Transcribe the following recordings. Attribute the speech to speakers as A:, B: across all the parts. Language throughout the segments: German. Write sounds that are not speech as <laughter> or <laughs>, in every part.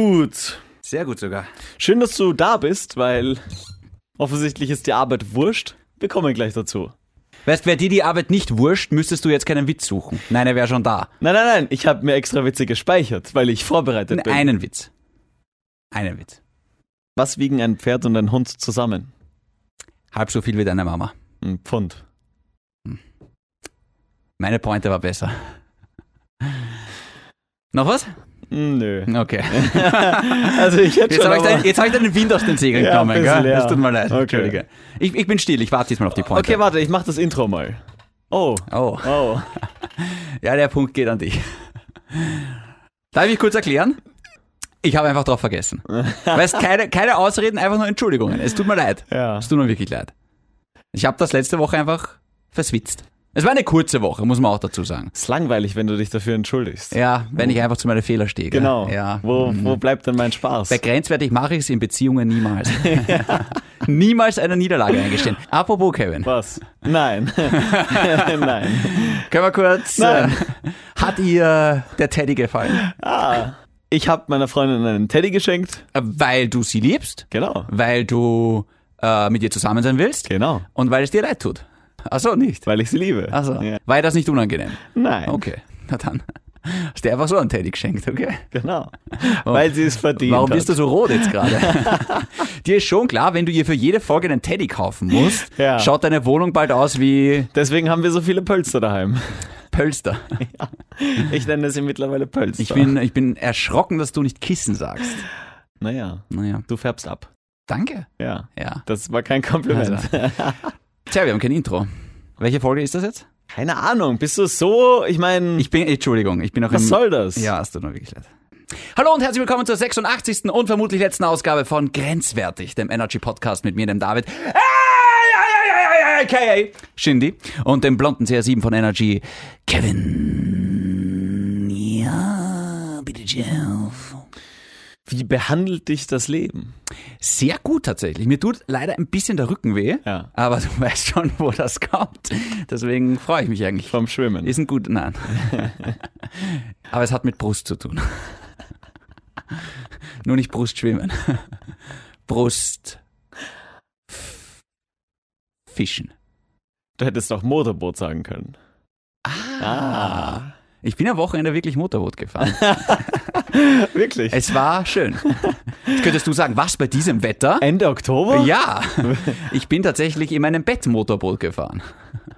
A: Gut.
B: Sehr gut sogar.
A: Schön, dass du da bist, weil offensichtlich ist die Arbeit wurscht. Wir kommen gleich dazu.
B: Weißt, wäre dir die Arbeit nicht wurscht, müsstest du jetzt keinen Witz suchen. Nein, er wäre schon da.
A: Nein, nein, nein, ich habe mir extra Witze gespeichert, weil ich vorbereitet bin.
B: Einen Witz. Einen Witz.
A: Was wiegen ein Pferd und ein Hund zusammen?
B: Halb so viel wie deine Mama.
A: Ein Pfund.
B: Meine Pointe war besser. Noch was?
A: Hm, Nö.
B: <laughs> Okay.
A: Also ich hätte
B: Jetzt
A: schon
B: habe ich,
A: aber-
B: deinen- jetzt hab ich den Wind aus den Segeln
A: Ja, ein
B: genommen.
A: bisschen,
B: Gell?
A: ja.
B: Das tut mir leid.
A: Okay.
B: Entschuldige. Ich, ich bin still, ich warte diesmal auf die Pointe.
A: Okay, warte, ich mache das Intro mal. Oh.
B: Oh,
A: Oh.
B: ja, der Punkt geht an dich. Darf ich kurz erklären? Ich habe einfach drauf vergessen. Weißt, keine, keine Ausreden, einfach nur Entschuldigungen. Es tut mir leid.
A: Ja.
B: Es tut mir wirklich leid. Ich habe das letzte Woche einfach verswitzt. Es war eine kurze Woche, muss man auch dazu sagen.
A: Ist langweilig, wenn du dich dafür entschuldigst.
B: Ja, wenn ich einfach zu meinen Fehlern stehe. gell?
A: Genau.
B: Ja. Mhm.
A: Wo, wo bleibt denn mein
B: Bei
A: Spaß?
B: grenzwertig mache ich es in Beziehungen <laughs> niemals. niemals einer Niederlage eingestehen. Apropos Kevin,
A: Was? Nein. <laughs> Nein.
B: können wir kurz.
A: Nein.
B: Äh, hat ihr der Teddy gefallen?
A: Ah. Ich habe meiner Freundin einen Teddy geschenkt.
B: Äh, Weil du sie liebst,
A: Genau.
B: weil du äh, mit ihr zusammen sein willst
A: Genau.
B: und weil es dir leid tut. Achso, nicht.
A: Weil ich sie liebe.
B: Achso.
A: Ja.
B: War ihr das nicht unangenehm?
A: Nein.
B: Okay, na dann. Hast du einfach so einen Teddy geschenkt, okay?
A: Genau. Weil sie es verdient
B: Warum
A: hat.
B: bist du so rot jetzt gerade? <laughs> Dir ist schon klar, wenn du ihr für jede Folge einen Teddy kaufen musst,
A: Ja.
B: schaut deine Wohnung bald aus wie
A: Deswegen haben wir so viele Pölster daheim.
B: <laughs> Pölster.
A: Ich nenne sie mittlerweile Pölster.
B: Ich bin, ich bin erschrocken, dass du nicht Kissen sagst.
A: Naja,
B: Naja,
A: du färbst ab.
B: danke.
A: Ja.
B: Ja. Also.
A: Das war kein Kompliment.
B: Tja, wir haben kein Intro. Welche Folge ist das jetzt?
A: <laughs> Keine Ahnung, bist du so, ich meine,
B: Ich bin, Entschuldigung, ich bin auch
A: was
B: im...
A: soll das?
B: Ja, es tut mir wirklich leid. Hallo und herzlich willkommen zur 86. und vermutlich letzten Ausgabe von Grenzwertig, dem Energy Podcast mit mir, dem David. AKA Shindy und dem blonden CR7 von Energy, Kevin. Ja, bitte, Jeff.
A: Wie behandelt dich das Leben?
B: Sehr gut tatsächlich. Mir tut leider ein bisschen der Rücken weh,
A: Ja.
B: aber du <laughs> weißt schon, wo das kommt. Deswegen freue ich mich eigentlich.
A: Vom Schwimmen.
B: Ist ein gut,
A: <laughs>
B: nein. aber es hat mit Brust zu tun. Nur nicht Brustschwimmen. Brust fischen.
A: du hättest auch Motorboot sagen
B: <laughs>
A: können. Ah.
B: Ich bin am Wochenende wirklich Motorboot gefahren.
A: Wirklich?
B: Es war schön. Jetzt könntest du sagen, was bei diesem Wetter?
A: Ende Oktober?
B: Ja, ich bin tatsächlich in meinem Bett Motorboot gefahren.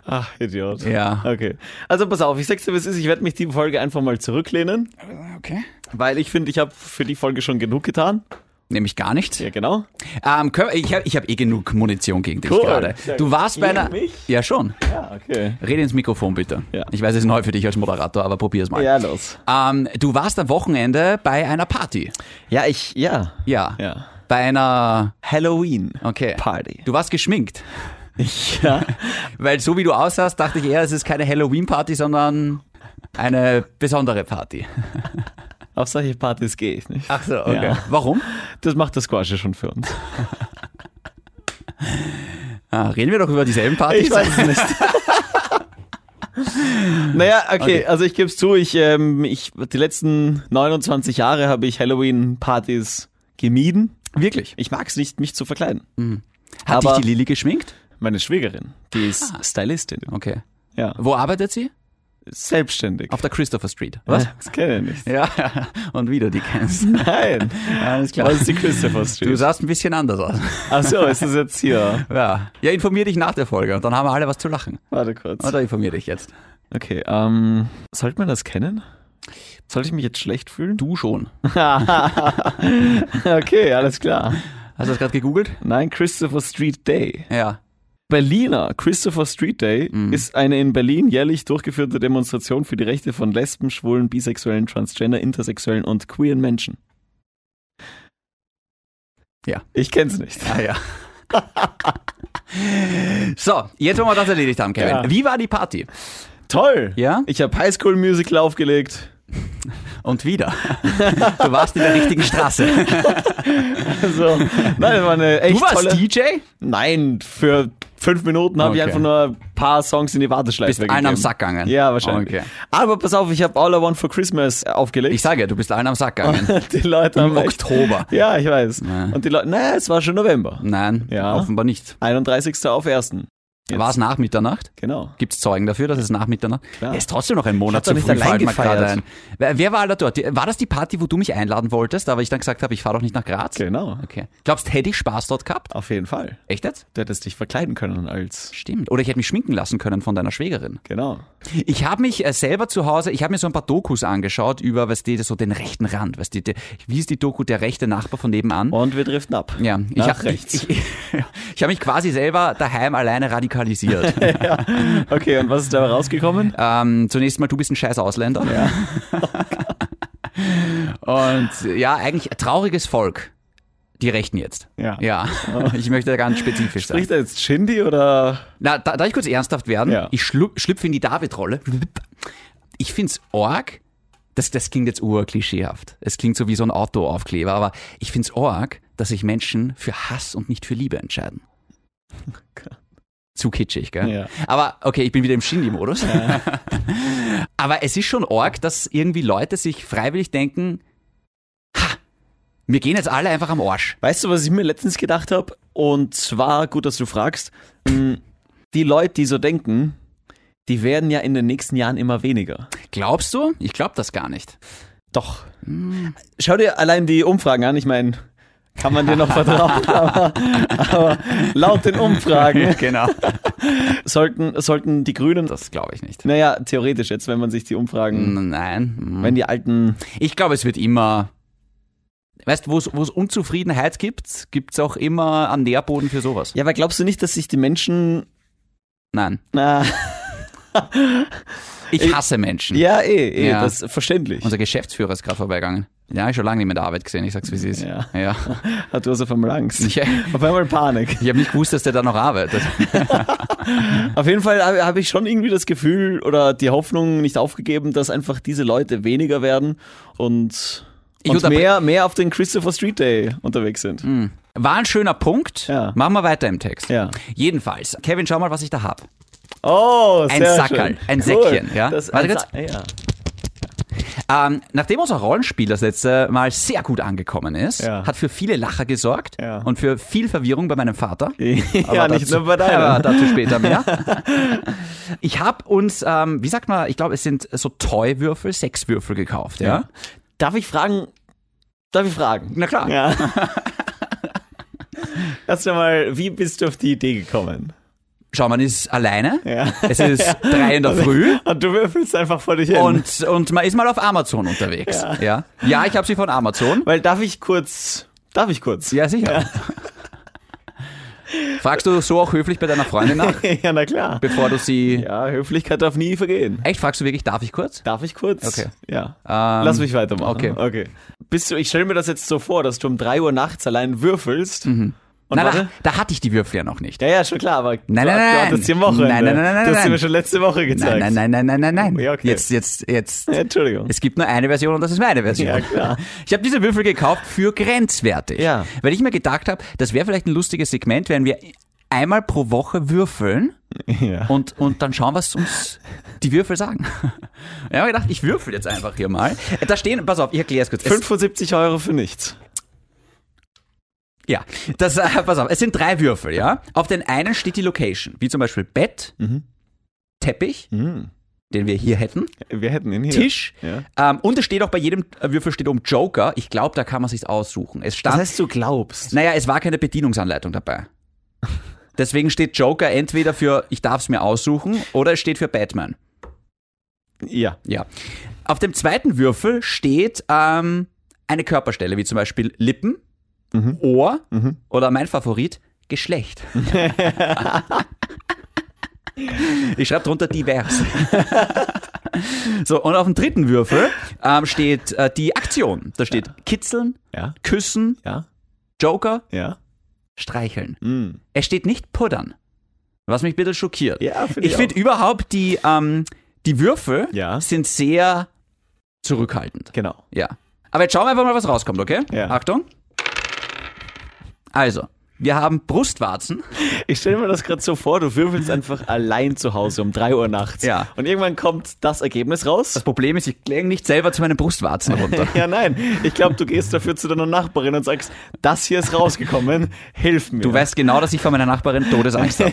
B: Ah,
A: Ach, Idiot.
B: Ja.
A: Okay. Also pass auf, ich sag's dir, was ist, ich werde mich die Folge einfach mal zurücklehnen,
B: Okay.
A: weil ich finde, ich habe für die Folge schon genug getan.
B: Nämlich gar nicht.
A: Ja, genau.
B: Ähm, können wir- ich habe ich hab eh genug Munition gegen dich
A: Cool.
B: gerade. Du warst bei
A: Gegen
B: einer.
A: mich?
B: Ja, schon.
A: Ja, okay.
B: Rede ins Mikrofon bitte.
A: Ja.
B: Ich weiß, es ist neu für dich als Moderator, aber probier es mal.
A: Ja, los.
B: Ähm, du warst am Wochenende bei einer Party.
A: Ja, ich, ja.
B: Ja.
A: Ja.
B: Bei einer.
A: Halloween.
B: Okay.
A: Party.
B: Du warst geschminkt.
A: Ja.
B: Weil so wie du aussahst, dachte ich eher, es ist keine Halloween-Party, sondern eine besondere Party.
A: <laughs> Auf solche Partys gehe ich nicht.
B: Ach so, okay.
A: Ja.
B: Warum?
A: Das macht das Squash schon für <laughs> uns.
B: Ah, reden wir doch über dieselben Partys.
A: Ich weiß
B: <laughs>
A: es nicht. naja, okay, also ich gebe es zu, ich, ähm, ich, die letzten 29 Jahre habe ich Halloween-Partys gemieden.
B: Wirklich.
A: Ich mag es nicht, mich zu verkleiden.
B: Hat
A: Aber-
B: dich die Lilly geschminkt?
A: Meine Schwägerin, die ist Ah. Stylistin.
B: Okay.
A: Ja.
B: Wo arbeitet sie?
A: Selbstständig.
B: Auf der Christopher Street. Was?
A: Das kenne ich nicht.
B: Ja, <laughs> und wieder die kennst.
A: <laughs> Nein.
B: Alles
A: Was ist die Christopher
B: Du
A: Street?
B: sahst ein bisschen anders aus.
A: Achso, ist das jetzt hier?
B: Ja. Ja, informier dich nach der Folge und dann haben wir alle was zu lachen.
A: Warte kurz.
B: Oder informier dich jetzt.
A: Okay, ähm, sollte man das kennen? Sollte ich mich jetzt schlecht
B: <laughs>
A: fühlen?
B: Du schon.
A: okay, alles klar.
B: Hast du das gerade gegoogelt?
A: Nein, Christopher Street Day.
B: Ja.
A: Berliner Christopher Street Day
B: Mhm.
A: ist eine in Berlin jährlich durchgeführte Demonstration für die Rechte von Lesben, Schwulen, Bisexuellen, Transgender, Intersexuellen und queeren Menschen.
B: Ja.
A: Ich kenn's nicht.
B: Ah ja. <laughs> so, jetzt wollen wir das erledigt haben, Kevin.
A: Ja.
B: Wie war die Party?
A: Toll!
B: Ja?
A: Ich habe Highschool Musical
B: <laughs>
A: aufgelegt.
B: Und wieder. Du warst in der richtigen Straße.
A: Also, nein, das war eine <laughs> echt
B: Du warst
A: tolle...
B: DJ?
A: Nein, für fünf Minuten habe ich
B: Okay.
A: einfach nur ein paar Songs in die Warteschleife
B: Bist allen am Sack gegangen.
A: Ja, wahrscheinlich.
B: Okay.
A: Aber pass auf, ich habe All I Want for Christmas aufgelegt.
B: Ich sage, ja, du bist allen am Sack gegangen.
A: <laughs> die Leute haben
B: Im
A: echt-
B: Oktober. Hm.
A: Ja, ich weiß.
B: Ja.
A: Und die Leute, naja, es war schon November.
B: Nein,
A: Oh. Ja.
B: offenbar nicht.
A: 31. auf 1. Jetzt.
B: War es nach Mitternacht?
A: Genau.
B: Gibt es Zeugen dafür, dass es nach Mitternacht?
A: Klar.
B: Er ist trotzdem noch ein Monat
A: Ich hab
B: zu
A: doch
B: früh,
A: nicht
B: fällt
A: allein
B: mir gerade ein.
A: gefeiert.
B: Wer, wer war alle dort? Die- War das die Party, wo du mich einladen wolltest, aber ich dann gesagt habe, ich fahre doch nicht nach Graz?
A: Genau.
B: Okay. Glaubst, hätte ich Spaß dort gehabt?
A: Auf jeden Fall.
B: Echt jetzt?
A: Du hättest dich verkleiden können als.
B: Stimmt. Oder ich hätte mich schminken lassen können von deiner Schwägerin.
A: Genau.
B: Ich habe mich äh, selber zu Hause, ich habe mir so ein paar Dokus angeschaut über, was die, so den rechten Rand, was die, die, wie ist die Doku, der rechte Nachbar von nebenan?
A: Und wir driften ab.
B: Ja, ich
A: Oh, Nach
B: habe
A: rechts.
B: ich, ich, ich hab mich quasi selber daheim alleine radikalisiert.
A: <laughs> Okay, und was ist dabei rausgekommen?
B: ähm, zunächst mal, du bist ein scheiß Ausländer. Und ja, eigentlich ein trauriges Volk. Die Rechten jetzt.
A: Ja. Oh.
B: Ja, ich möchte da ganz spezifisch sein.
A: Spricht er jetzt Shindy oder.
B: Na, da, darf ich kurz ernsthaft werden?
A: Ja.
B: Ich schlu- schlüpfe in die David-Rolle. Ich find's arg. Das, das klingt jetzt urklischeehaft. Es klingt so wie so ein Autoaufkleber, aber ich find's arg, dass sich Menschen für Hass und nicht für Liebe entscheiden. Zu kitschig, gell?
A: Oh Ja.
B: Aber okay, ich bin wieder im Shindy-Modus. <laughs> aber es ist schon arg, dass irgendwie Leute sich freiwillig denken, ha, wir gehen jetzt alle einfach am Arsch.
A: Weißt du, was ich mir letztens gedacht habe? Und zwar, gut, dass du fragst, mh, die Leute, die so denken, die werden ja in den nächsten Jahren immer weniger.
B: Glaubst du? Ich glaub das gar nicht.
A: Doch. Hm. Schau dir allein die Umfragen an. Ich meine, kann man dir noch
B: <laughs>
A: vertrauen, aber, aber laut den Umfragen
B: genau.
A: sollten, sollten die Grünen.
B: Das glaube ich nicht.
A: Naja, theoretisch jetzt, wenn man sich die Umfragen.
B: Nein. Mhm.
A: Wenn die alten.
B: Ich glaube, es wird immer. Weißt du, wo es Unzufriedenheit gibt, gibt es auch immer einen Nährboden für sowas.
A: Ja, aber glaubst du nicht, dass sich die Menschen.
B: Nein.
A: Na,
B: Ich hasse Menschen.
A: Äh, ja, eh, eh,
B: Ja.
A: das ist verständlich.
B: Unser Geschäftsführer ist gerade vorbeigegangen. Den habe ich schon lange nicht mehr in der Arbeit gesehen, ich sag's wie es ist.
A: Ja.
B: ja.
A: Hat du hast auf einmal Angst.
B: Ich, ich
A: Auf einmal Panik.
B: habe nicht gewusst, dass der da noch arbeitet.
A: Auf jeden Fall habe hab ich schon irgendwie das Gefühl oder die Hoffnung nicht aufgegeben, dass einfach diese Leute weniger werden und,
B: Ich Mhm.
A: und
B: unterbre-
A: mehr, mehr auf den Christopher Street Day unterwegs sind.
B: War ein schöner Punkt.
A: Ja.
B: Machen wir weiter im Text.
A: Ja.
B: Jedenfalls, Kevin, schau mal, was ich da hab.
A: Oh,
B: Ein
A: sehr
B: Sackerl,
A: schön.
B: ein
A: Cool.
B: Säckchen, ja.
A: Das,
B: Warte
A: ein
B: kurz.
A: Sa ja.
B: Ähm, nachdem unser Rollenspiel das letzte Mal sehr gut angekommen ist,
A: Ja.
B: hat für viele Lacher gesorgt
A: Ja.
B: und für viel Verwirrung bei meinem Vater. <laughs>
A: ja, nicht nur bei
B: Aber
A: deiner.
B: dazu später mehr. ne, <laughs> ich habe uns, ähm, wie sagt man, ich glaube, es sind so Toy-Würfel, Sechswürfel gekauft, ja?
A: Ja. Darf ich fragen? Darf ich fragen?
B: Na klar.
A: Ja.
B: <laughs>
A: Erst einmal, wie bist du auf die Idee gekommen?
B: Schau, man ist alleine. <laughs>
A: Ja.
B: Es ist drei in der Früh.
A: Und du würfelst einfach vor dich hin.
B: Und, und man ist mal auf Amazon unterwegs. Ja, ja. ich habe sie von Amazon.
A: Weil darf ich kurz, darf ich kurz?
B: Ja, sicher. <laughs> Fragst du so auch höflich bei deiner Freundin nach,
A: <laughs> ja na klar.
B: bevor du sie.
A: Ja, Höflichkeit darf nie vergehen.
B: Echt, fragst du wirklich, darf ich kurz?
A: Darf ich kurz?
B: Okay.
A: Ja.
B: Ähm,
A: Lass mich weitermachen.
B: okay.
A: okay. Bist du, ich stelle mir das jetzt so vor, dass du um 3 Uhr nachts allein würfelst. Und
B: Mhm. Nein,
A: warte.
B: da, da hatte ich die Würfel ja noch nicht.
A: Ja, ja, schon klar, aber
B: nein,
A: du,
B: nein,
A: du hattest hier am
B: nein.
A: Wochenende.
B: Nein, nein, nein, nein,
A: Das hast du
B: nein.
A: mir schon letzte Woche gezeigt.
B: Nein, nein, nein, nein, nein, nein, nein.
A: Ja, okay.
B: Jetzt, jetzt, jetzt.
A: <laughs> Ja, Entschuldigung.
B: Es um gibt nur eine Version und das ist meine Version.
A: Ja, klar.
B: <laughs> Ich habe diese Würfel gekauft für grenzwertig.
A: Ja.
B: Weil ich mir gedacht habe, das wäre vielleicht ein lustiges Segment, wenn wir einmal pro Woche würfeln
A: Ja.
B: und, und dann schauen, was uns die Würfel sagen. <laughs> Ich habe gedacht, ich würfel jetzt einfach hier mal. Da stehen, pass auf, ich erkläre es kurz. Es-
A: 75 Euro für nichts.
B: Ja, das, <laughs> äh, pass auf, es sind drei Würfel, ja. Auf den einen steht die Location, wie zum Beispiel Bett,
A: Mhm.
B: Teppich,
A: Hm.
B: den wir hier hätten,
A: Wir hätten ihn hier.
B: Tisch.
A: Ja.
B: Ähm, und es steht auch bei jedem Würfel steht oben Joker. Ich glaube, da kann man sich aussuchen. Es stand,
A: Das heißt, du glaubst.
B: naja, es war keine
A: <laughs>
B: Bedienungsanleitung dabei. Deswegen steht Joker entweder für ich darf es mir aussuchen oder es steht für Batman.
A: Ja.
B: Ja. Auf dem zweiten Würfel steht ähm, eine Körperstelle, wie zum Beispiel Lippen, Ohr oder mein Favorit, Geschlecht. ich schreibe drunter divers. <laughs> so, und auf dem dritten Würfel ähm, steht äh, die Aktion. Da steht kitzeln,
A: Ja.
B: küssen,
A: Ja.
B: Joker,
A: Ja.
B: streicheln.
A: Hm.
B: Es steht nicht puddern, was mich ein bisschen schockiert.
A: Ja, finde
B: Ich finde überhaupt die, ähm, die Würfel
A: Ja.
B: sind sehr zurückhaltend.
A: Genau.
B: Ja. Aber jetzt schauen wir einfach mal, was rauskommt, okay?
A: Ja.
B: Achtung. Also, Wir haben Brustwarzen.
A: Ich stelle mir das gerade so vor, du würfelst einfach allein zu Hause um 3 Uhr nachts.
B: Ja.
A: Und irgendwann kommt das Ergebnis raus.
B: Das Problem ist, ich klinge nicht selber zu meinen Brustwarzen runter.
A: <laughs> Ja, nein. Ich glaube, du gehst dafür zu deiner Nachbarin und sagst, das hier ist rausgekommen, hilf mir.
B: Du weißt genau, dass ich vor meiner Nachbarin
A: <laughs>
B: Todesangst habe.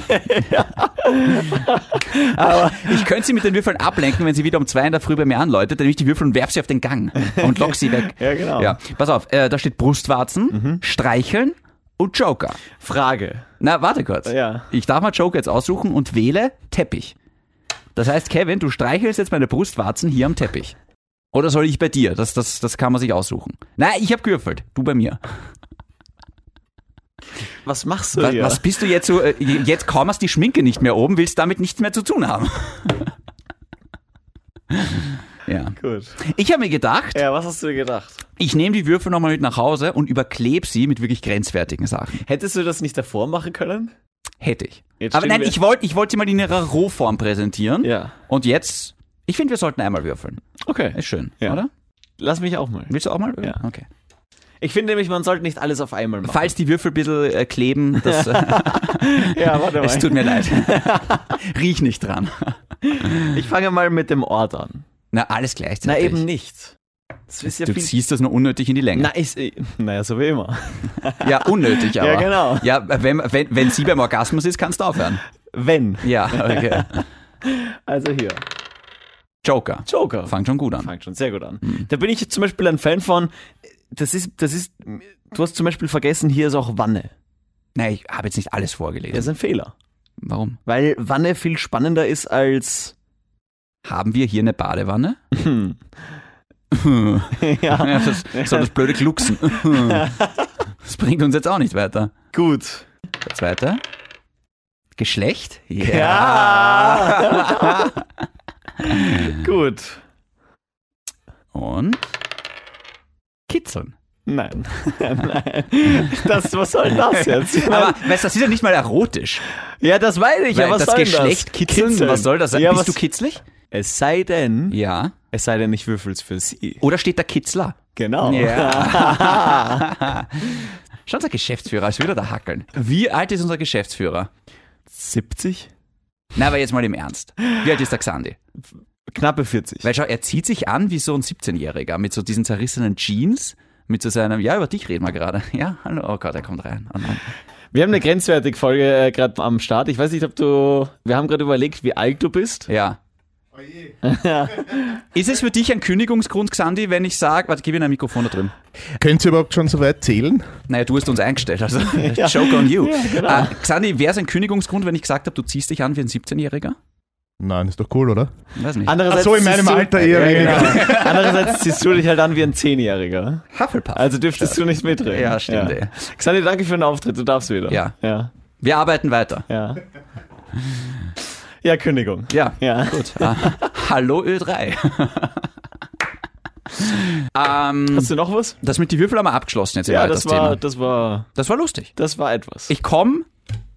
B: Aber ich könnte sie mit den Würfeln ablenken, wenn sie wieder um zwei in der Früh bei mir anläutet, dann nehme ich die Würfel und werf sie auf den Gang und lock sie weg.
A: Ja, Mhm. genau.
B: Ja, pass auf, äh, da steht Brustwarzen, Streicheln und Joker.
A: Frage.
B: Na, warte kurz.
A: Ja.
B: Ich darf mal Joker jetzt aussuchen und wähle Teppich. Das heißt, Kevin, du streichelst jetzt meine Brustwarzen hier am Teppich. Oder soll ich bei dir? Das, das, das kann man sich aussuchen. Nein, ich habe gewürfelt. Du bei mir.
A: Was machst du
B: Was,
A: hier?
B: was bist du jetzt so? äh, Jetzt kaum hast die Schminke nicht mehr oben, willst damit nichts mehr zu tun haben. <laughs> ja.
A: Gut.
B: Ich habe mir gedacht,
A: Ja, was hast du dir gedacht?
B: ich nehme die Würfel nochmal mit nach Hause und überklebe sie mit wirklich grenzwertigen Sachen.
A: Hättest du das nicht davor machen können?
B: Hätte ich.
A: Jetzt
B: Aber
A: stehen
B: nein,
A: wir-
B: ich wollte ich wollte sie mal in ihrer Rohform präsentieren.
A: Ja.
B: Und jetzt, ich finde, wir sollten einmal würfeln.
A: Okay.
B: Ist schön,
A: Ja.
B: oder?
A: Lass mich auch mal.
B: Willst du auch mal?
A: Ja.
B: Okay.
A: Ich finde nämlich, man sollte nicht alles auf einmal machen.
B: Falls die Würfel ein bisschen äh,
A: <laughs>
B: kleben, das, äh,
A: Ja, warte
B: es tut mir
A: <laughs>
B: leid. Riech nicht dran.
A: Ich fange mal mit dem Ort an.
B: Na, alles gleichzeitig.
A: Na, eben nicht. Das ist ja
B: Du
A: viel.
B: ziehst das nur unnötig in die Länge.
A: Na, ich, naja, so wie immer.
B: Ja, unnötig aber.
A: <laughs> Ja, genau.
B: Ja, wenn, wenn, wenn sie beim Orgasmus ist, kannst du aufhören.
A: Wenn. <laughs>
B: Ja, okay.
A: Also hier.
B: Joker.
A: Joker.
B: Fangt schon gut an.
A: Fangt schon sehr gut an. Da bin ich jetzt zum Beispiel ein Fan von. Das ist, das ist. Du hast zum Beispiel vergessen, hier ist auch Wanne.
B: Nein, ich habe jetzt nicht alles
A: Das
B: vorgelesen.
A: ist ein Fehler.
B: Warum?
A: Weil Wanne viel spannender ist als.
B: Haben wir hier eine
A: <laughs>
B: Badewanne?
A: Hm. ja,
B: Ja, das, so das blöde
A: <laughs>
B: Glucksen. Das bringt uns jetzt auch nicht weiter.
A: gut.
B: Zweiter. Geschlecht?
A: Ja. <laughs> gut.
B: Und Kitzeln.
A: <laughs> Nein. Nein. Das, was soll das jetzt?
B: Aber weißt, du, das ist ja nicht mal erotisch.
A: ja, das weiß ich,
B: Weil
A: aber was
B: das
A: soll
B: Geschlecht
A: das?
B: kitzeln, was soll das sein?
A: Ja,
B: Bist
A: was,
B: du kitzlig?
A: es sei denn,
B: Ja.
A: es sei denn, ich würfel's für sie.
B: Oder steht da Kitzler?
A: Genau.
B: Schon unser Geschäftsführer ist wieder da hackeln. Wie alt ist unser Geschäftsführer?
A: 70?
B: Na, aber jetzt mal im Ernst. Wie alt ist der Xandi?
A: Knappe 40.
B: Weil schau, er zieht sich an wie so ein 17-Jähriger mit so diesen zerrissenen Jeans, mit so seinem, ja, über dich reden wir gerade. Ja, hallo, oh Gott, er kommt rein. Oh nein.
A: Wir haben eine grenzwertige Folge äh, gerade am Start. Ich weiß nicht, ob du. Wir haben gerade überlegt, wie alt du bist.
B: Ja. Ist es für dich ein Kündigungsgrund, Xandi, wenn ich sage, warte, gib mir ein Mikrofon da drüben.
C: Könnt ihr überhaupt schon so weit zählen?
B: Naja, du hast uns
A: <laughs>
B: eingestellt, also joke on you. Äh,
A: genau.
B: Xandi, wäre es ein Kündigungsgrund, wenn ich gesagt habe, du ziehst dich an wie ein 17-Jähriger?
C: Nein, ist doch cool, oder?
B: Weiß nicht.
A: Andererseits
C: Ach so, in
A: ziehst
C: meinem
A: du-
C: Alter eher
A: ja, genau. Andererseits ziehst du dich halt an wie ein Zehnjähriger.
B: Hufflepuff.
A: Also dürftest du nicht mitreden.
B: Ja, stimmt, ey.
A: Xandi, danke für den Auftritt. Du darfst wieder.
B: Ja.
A: Ja.
B: Wir arbeiten weiter.
A: Ja. Ja, Kündigung.
B: Ja.
A: Ja.
B: Gut. Ah, hallo Ö3. ähm,
A: Hast du noch was?
B: das mit die Würfel haben wir abgeschlossen jetzt im
A: Ja, das war,
B: Altersthema.
A: das war,
B: das war lustig.
A: das war etwas.
B: Ich komme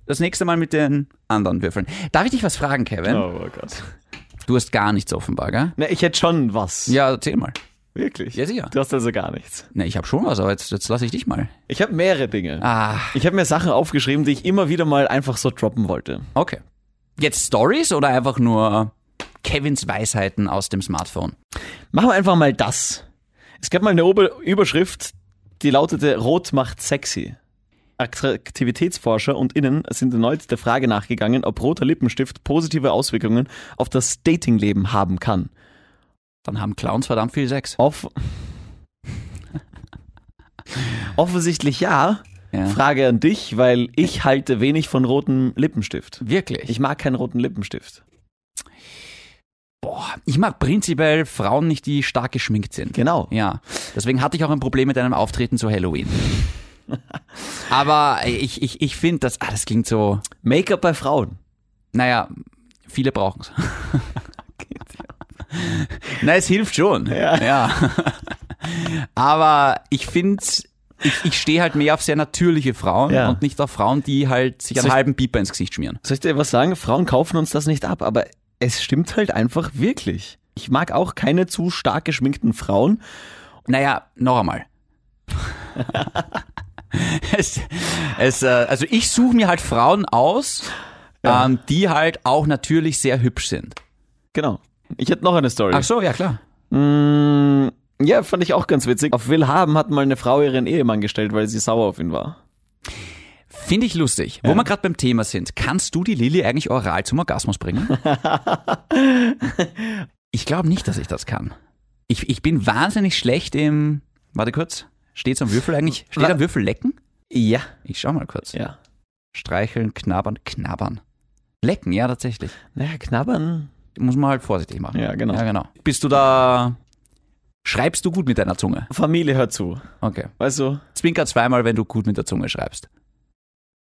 B: das nächste Mal mit den anderen Würfeln. Darf ich dich was fragen, Kevin?
A: oh mein Gott.
B: Du hast gar nichts offenbar, gell?
A: Na, ich hätte schon was.
B: Ja, erzähl mal.
A: Wirklich.
B: Ja, sicher.
A: Du hast also gar nichts.
B: Ne, ich habe schon was, aber jetzt, jetzt lasse ich dich mal.
A: Ich habe mehrere Dinge.
B: Ah,
A: Ich habe mir Sachen aufgeschrieben, die ich immer wieder mal einfach so droppen wollte.
B: okay. Jetzt Stories oder einfach nur Kevins Weisheiten aus dem Smartphone?
A: Machen wir einfach mal das. Es gab mal eine Ober Überschrift, die lautete Rot macht sexy. Attraktivitätsforscher und Innen sind erneut der Frage nachgegangen, ob roter Lippenstift positive Auswirkungen auf das Datingleben haben kann.
B: Dann haben Clowns verdammt viel Sex.
A: Off <laughs> Offensichtlich ja.
B: Ja.
A: Frage an dich, weil ich halte wenig von rotem Lippenstift.
B: Wirklich?
A: Ich mag keinen roten Lippenstift.
B: Boah, ich mag prinzipiell Frauen nicht, die stark geschminkt sind.
A: Genau.
B: Ja, deswegen hatte ich auch ein Problem mit einem Auftreten zu <laughs> Halloween. Aber ich, ich, ich finde, das, ah, das klingt so,
A: Make-up bei Frauen.
B: naja, viele brauchen es. <laughs> Na, es hilft schon. Ja. <laughs> Aber ich finde, ich, ich stehe halt mehr auf sehr natürliche Frauen
A: Ja.
B: und nicht auf Frauen, die halt sich
A: Soll
B: einen
A: ich-
B: halben Pieper ins Gesicht schmieren.
A: Soll ich dir was sagen? Frauen kaufen uns das nicht ab, aber es stimmt halt einfach wirklich. Ich mag auch keine zu
B: <laughs>
A: stark geschminkten Frauen.
B: Naja, noch einmal. es, es, äh, also ich suche mir halt Frauen aus, ähm, die halt auch natürlich sehr hübsch sind.
A: Genau. Ich hätte noch eine Story.
B: Ach so, ja klar.
A: Mm, ja, fand ich auch ganz witzig. Auf Willhaben hat mal eine Frau ihren Ehemann gestellt, weil sie sauer auf ihn war.
B: Finde ich lustig. Wo wir gerade beim Thema sind, kannst du die Lilly eigentlich oral zum Orgasmus
A: <laughs>
B: bringen? ich glaube nicht, dass ich das kann. Ich, ich bin wahnsinnig schlecht im. Warte kurz. Steht's am Würfel eigentlich? Steht
A: Wa-
B: am Würfel lecken?
A: Ja.
B: Ich schau mal kurz.
A: Ja.
B: Streicheln, knabbern, knabbern. Lecken, ja, tatsächlich.
A: Naja, knabbern.
B: Muss man halt vorsichtig machen.
A: Ja, genau.
B: Ja, genau. Bist du da. Schreibst du gut mit deiner Zunge?
A: Familie, hör zu.
B: Okay.
A: Weißt du?
B: Zwinker zweimal, wenn du gut mit der Zunge schreibst.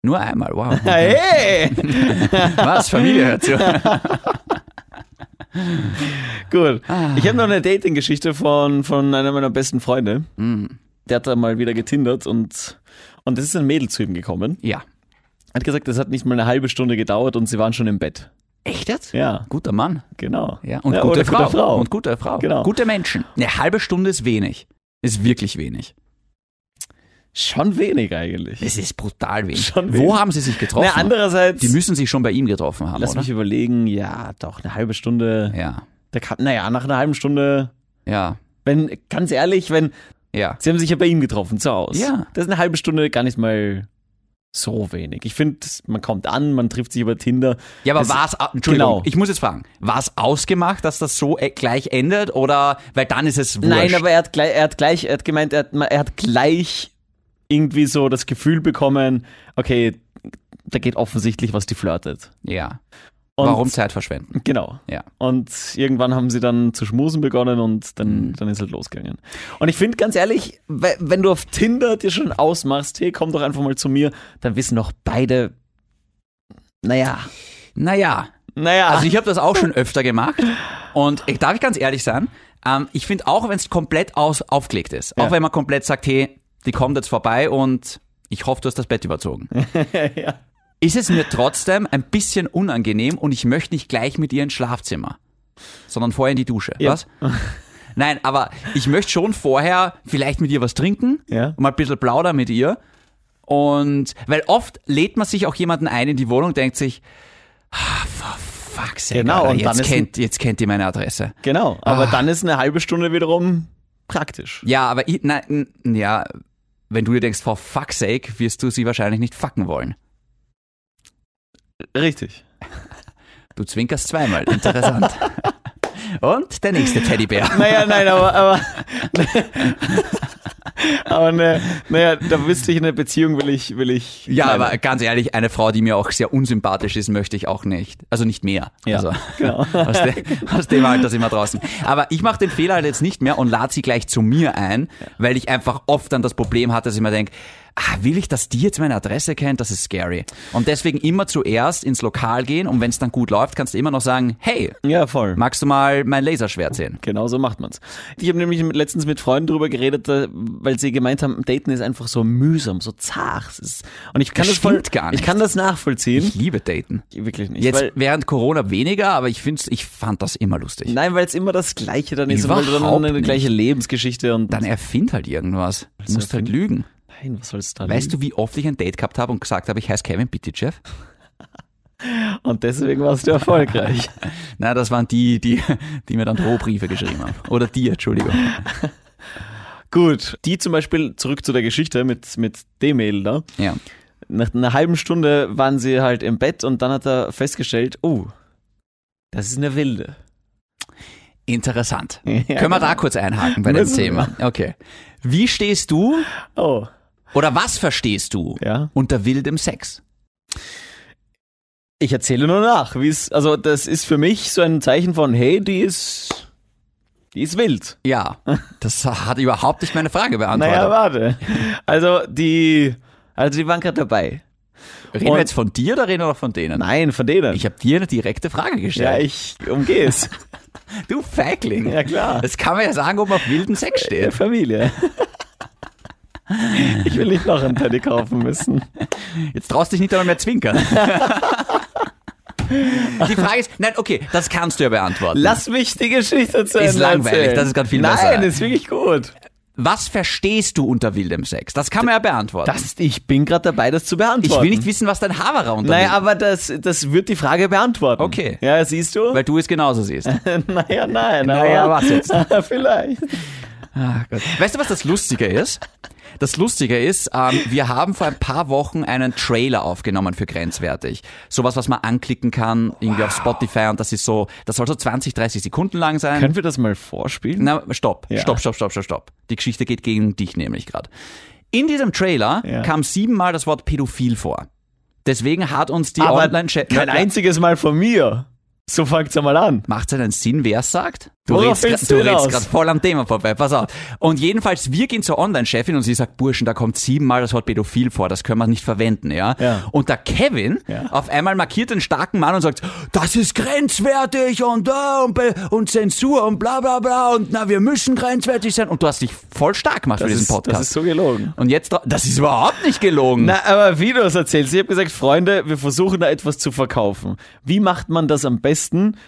B: Nur einmal, wow.
A: <laughs> Hey!
B: <laughs> Was? Familie hört zu.
A: <laughs> Gut.
B: Ah.
A: Ich habe noch eine Dating-Geschichte von, von einer meiner besten Freunde.
B: Mm.
A: Der hat da mal wieder getindert und, und es ist ein Mädel zu ihm gekommen.
B: Ja.
A: Hat gesagt, das hat nicht mal eine halbe Stunde gedauert und sie waren schon im Bett.
B: Echt jetzt?
A: Ja,
B: Guter Mann.
A: genau.
B: Ja, und
A: Ja,
B: gute,
A: oder
B: Frau.
A: gute Frau.
B: Und gute Frau.
A: Genau.
B: Gute Menschen. Eine halbe Stunde ist wenig. Ist wirklich wenig.
A: Schon wenig eigentlich.
B: Es ist brutal wenig.
A: Schon
B: Wo
A: wenig.
B: haben sie sich getroffen?
A: Na, andererseits,
B: Die müssen sich schon bei ihm getroffen haben,
A: lass
B: oder?
A: mich überlegen, ja, doch, eine halbe Stunde.
B: ja.
A: Da kann, naja, nach einer halben Stunde,
B: Ja.
A: wenn, ganz ehrlich, wenn,
B: Ja.
A: sie haben sich ja bei ihm getroffen, zu Hause.
B: Ja.
A: Das ist eine halbe Stunde gar nicht mal so wenig. Ich finde, man kommt an, man trifft sich über Tinder.
B: Ja, aber
A: Es-
B: war es, Entschuldigung,
A: Genau.
B: ich muss jetzt fragen, war es ausgemacht, dass das so äh, gleich endet oder, weil dann ist es wurscht.
A: Nein, aber er hat gleich, er hat gleich, er hat gemeint, er hat, er hat gleich irgendwie so das Gefühl bekommen, okay, da geht offensichtlich was, die flirtet.
B: Ja.
A: Und-
B: Warum Zeit verschwenden?
A: Genau.
B: Ja.
A: Und irgendwann haben sie dann zu schmusen begonnen und dann, dann ist halt losgegangen. Und ich finde, ganz ehrlich, we- wenn du auf Tinder dir schon ausmachst, hey, komm doch einfach mal zu mir, dann wissen doch beide, naja,
B: Naja,
A: naja.
B: Also ich habe das auch schon öfter gemacht. Und ich darf ich ganz ehrlich sein, ähm, ich finde auch, wenn es komplett aus, aufgelegt ist, auch
A: Ja.
B: wenn man komplett sagt, hey, die kommt jetzt vorbei und ich hoffe, du hast das
A: <laughs>
B: Bett überzogen. Ist es mir trotzdem ein bisschen unangenehm und ich möchte nicht gleich mit ihr ins Schlafzimmer, sondern vorher in die Dusche.
A: Ja.
B: Was? Nein, aber ich möchte schon vorher vielleicht mit ihr was trinken,
A: Ja.
B: mal ein bisschen plaudern mit ihr. Und weil oft lädt man sich auch jemanden ein in die Wohnung, denkt sich, ah, for fuck's sake,
A: Genau,
B: Alter,
A: und dann
B: jetzt,
A: ist
B: kennt, jetzt kennt ihr meine Adresse.
A: Genau, aber dann ist eine halbe Stunde wiederum praktisch.
B: Ja, aber ich, nein, n- ja, wenn du dir denkst, for fuck's sake, wirst du sie wahrscheinlich nicht fucken wollen.
A: Richtig.
B: Du zwinkerst
A: <laughs>
B: zweimal, interessant. und der nächste
A: <laughs>
B: Teddybär.
A: Naja, nein, aber. Aber, aber ne, naja, da wüsste ich, eine Beziehung will ich. Will ich
B: Ja,
A: keine.
B: aber ganz ehrlich, eine Frau, die mir auch sehr unsympathisch ist, möchte ich auch nicht. Also nicht mehr.
A: Ja,
B: Also.
A: genau.
B: <laughs> Aus, de, aus dem Alter sind wir draußen. Aber ich mache den Fehler halt jetzt nicht mehr und lade sie gleich zu mir ein, weil ich einfach oft dann das Problem hatte, dass ich mir denke, ah, will ich, dass die jetzt meine Adresse kennt? Das ist scary. Und deswegen immer zuerst ins Lokal gehen und wenn es dann gut läuft, kannst du immer noch sagen, hey,
A: Ja, voll.
B: magst du mal mein Laserschwert sehen?
A: Genau so macht man's. Ich habe nämlich mit- letztens mit Freunden drüber geredet, da- weil sie gemeint haben, Daten ist einfach so mühsam, so zart. Es ist- Und ich kann
B: Das
A: das, voll,
B: stimmt gar nicht.
A: ich kann das nachvollziehen.
B: Ich liebe Daten.
A: wirklich nicht.
B: Jetzt
A: weil,
B: während Corona weniger, aber ich find's, ich fand das immer lustig.
A: nein, weil es immer das Gleiche dann ist, und weil du
B: Überhaupt
A: dann eine
B: nicht.
A: gleiche Lebensgeschichte und
B: Dann erfind halt irgendwas.
A: also
B: Du musst halt
A: erfinden?
B: lügen.
A: nein, was soll's da?
B: Weißt du, wie oft ich ein Date gehabt habe und gesagt habe, ich heiße Kevin, bitte, Jeff?
A: Und deswegen warst du
B: <laughs>
A: erfolgreich.
B: Na, das waren die, die, die mir dann Drohbriefe geschrieben haben. Oder dir, Entschuldigung.
A: Gut, die zum Beispiel zurück zu der Geschichte mit mit ne? dem Mädel da.
B: Ja.
A: Nach einer halben Stunde waren sie halt im Bett und dann hat er festgestellt, oh, das ist eine Wilde.
B: Interessant.
A: Ja,
B: Können wir da kurz einhaken bei dem
A: Müssen wir.
B: Thema? Okay. Wie stehst du
A: Oh,
B: oder was verstehst du
A: ja.
B: unter wildem Sex?
A: Ich erzähle nur nach, wie es, also das ist für mich so ein Zeichen von, hey, die ist, die ist wild.
B: Ja, das hat überhaupt nicht meine Frage
A: Naja,
B: beantwortet.
A: warte. Also die, also die waren gerade dabei.
B: reden wir
A: und-
B: jetzt von dir oder reden wir noch von denen?
A: Nein, von denen.
B: Ich habe dir eine direkte Frage
A: ja,
B: gestellt.
A: ich umgehe es.
B: du
A: <laughs>
B: Feigling.
A: ja, klar.
B: Das kann man ja sagen, ob man auf wilden Sex
A: Der <laughs>
B: steht.
A: Familie. Ich will nicht noch einen Teddy kaufen müssen.
B: Jetzt traust dich nicht einmal mehr zwinkern. <laughs> Die Frage ist, nein, okay, das kannst du ja beantworten.
A: Lass mich die Geschichte zu
B: Ist
A: Ende
B: langweilig,
A: erzählen.
B: das ist grad viel
A: Nein,
B: besser.
A: ist wirklich gut.
B: Was verstehst du unter wildem Sex? Das kann man ja beantworten.
A: Das, ich bin gerade dabei, das zu beantworten.
B: ich will nicht wissen, was dein Havara unter
A: Naja, aber das, das wird die Frage beantworten.
B: Okay.
A: Ja, siehst du?
B: Weil du es genauso <laughs> siehst.
A: <laughs> naja, nein.
B: Naja,
A: aber-
B: was jetzt?
A: <laughs> Vielleicht.
B: Weißt du, was das Lustige ist? Das Lustige ist, ähm, wir haben vor ein paar Wochen einen Trailer aufgenommen für Grenzwertig. Sowas, was man anklicken kann, irgendwie auf Spotify und das ist so, das soll so 20, 30 Sekunden lang sein.
A: Können wir das mal vorspielen?
B: Na, stopp,
A: Ja.
B: stopp, stopp, stopp, stopp, stopp. Die Geschichte geht gegen dich nämlich gerade. In diesem Trailer
A: Ja.
B: kam siebenmal das Wort pädophil vor. Deswegen hat uns die
A: aber
B: Online-Chat...
A: kein einziges Mal von mir. So fangt's einmal an.
B: Macht es halt einen Sinn, wer es sagt? Du
A: Worauf willst
B: redest grad- du
A: du hinaus?
B: redest gerade voll am Thema vorbei, pass auf. Und jedenfalls, wir gehen zur Online-Chefin und sie sagt, Burschen, da kommt siebenmal das Wort pädophil vor, das können wir nicht verwenden, ja?
A: Ja.
B: Und der Kevin
A: Ja.
B: auf einmal markiert den starken Mann und sagt, das ist grenzwertig und, äh, und, be- und Zensur und bla bla bla und na, wir müssen grenzwertig sein. Und du hast dich voll stark gemacht für diesen Podcast.
A: das ist so gelogen.
B: und jetzt, dra- das ist überhaupt nicht gelogen.
A: Na, aber wie du es erzählst, ich habe gesagt, Freunde, wir versuchen da etwas zu verkaufen. Wie macht man das am besten?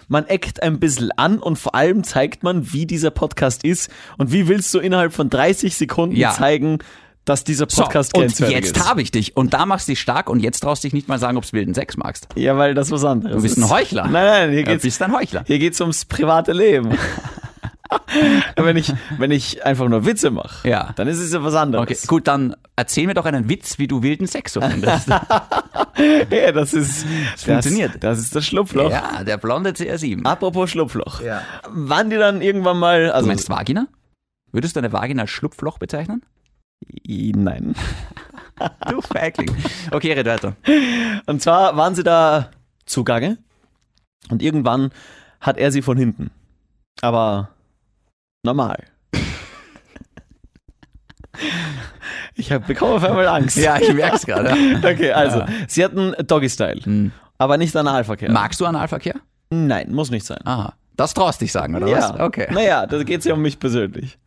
A: Man eckt ein bisschen an und vor allem zeigt man, wie dieser Podcast ist und wie willst du innerhalb von 30 Sekunden
B: Ja.
A: zeigen, dass dieser Podcast
B: so, und
A: grenzwertig
B: jetzt
A: ist.
B: habe ich dich. Und da machst du dich stark und jetzt traust dich nicht mal sagen, ob du wilden Sex magst.
A: Ja, weil das was anderes
B: Du bist ein
A: ist.
B: Heuchler.
A: Nein, nein, hier
B: Du
A: geht's,
B: bist ein Heuchler.
A: hier geht's ums private Leben. <laughs> wenn, ich, wenn ich einfach nur Witze mache,
B: Ja.
A: dann ist es ja was anderes.
B: Okay, gut, dann erzähl mir doch einen Witz, wie du wilden Sex so findest.
A: <laughs> Ja, das ist das,
B: funktioniert.
A: Das ist das Schlupfloch.
B: <laughs> ja, der blonde CR7.
A: Apropos Schlupfloch. Wann die dann irgendwann mal.
B: Du
A: Also,
B: meinst Vagina? Würdest du eine Vagina als Schlupfloch bezeichnen?
A: I- nein.
B: Du Feigling. Okay, red weiter.
A: Und zwar waren sie da zugange und irgendwann hat er sie von hinten. Aber normal. <laughs> Ich hab, bekomme auf einmal Angst.
B: <laughs> Ja, ich merk's gerade.
A: Okay, also, sie hatten Doggy-Style,
B: Hm.
A: aber nicht Analverkehr.
B: Magst du Analverkehr?
A: Nein, muss nicht sein.
B: Aha. Das traust dich sagen, oder was? Okay.
A: Naja, da geht's ja um mich persönlich.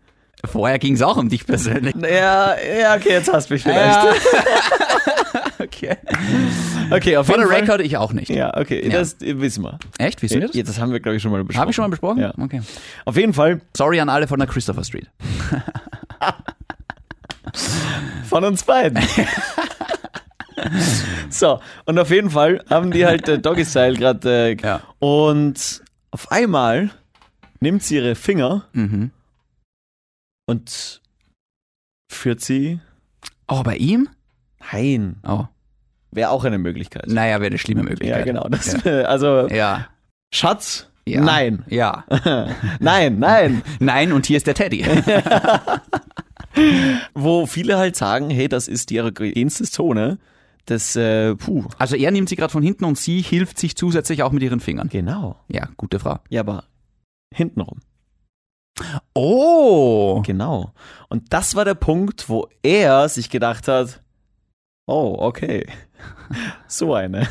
B: Vorher ging's auch um dich persönlich.
A: Ja, ja, okay, jetzt hast du mich vielleicht.
B: Ja. <laughs> okay.
A: Okay, auf
B: For the
A: jeden Fall.
B: record, ich auch nicht.
A: Ja, okay,
B: Ja.
A: das wissen wir.
B: Echt? Wissen wir das?
A: Ja, das haben wir, glaube ich, schon mal besprochen.
B: Habe ich schon mal besprochen?
A: Ja.
B: Okay.
A: Auf jeden Fall,
B: Sorry an alle von der Christopher Street.
A: Von uns beiden.
B: <laughs>
A: so, und auf jeden Fall haben die halt äh, Doggy Style gerade. Äh,
B: Ja.
A: Und auf einmal nimmt sie ihre Finger
B: Mhm.
A: und führt sie.
B: Oh, bei ihm?
A: Nein.
B: Oh.
A: Wäre auch eine Möglichkeit.
B: Naja, wäre eine schlimme
A: Ja,
B: Möglichkeit.
A: genau. Das, Also,
B: Ja.
A: Schatz,
B: ja.
A: nein. <laughs>
B: Ja.
A: Nein, nein.
B: Nein, und hier ist der Teddy. <laughs>
A: Wo viele halt sagen, hey, das ist die erogenste Zone. Das, äh, puh.
B: Also er nimmt sie gerade von hinten und sie hilft sich zusätzlich auch mit ihren Fingern.
A: Genau.
B: Ja, gute Frau.
A: Ja, aber hintenrum.
B: Oh!
A: Genau. Und das war der Punkt, wo er sich gedacht hat, oh, okay, <laughs> so eine.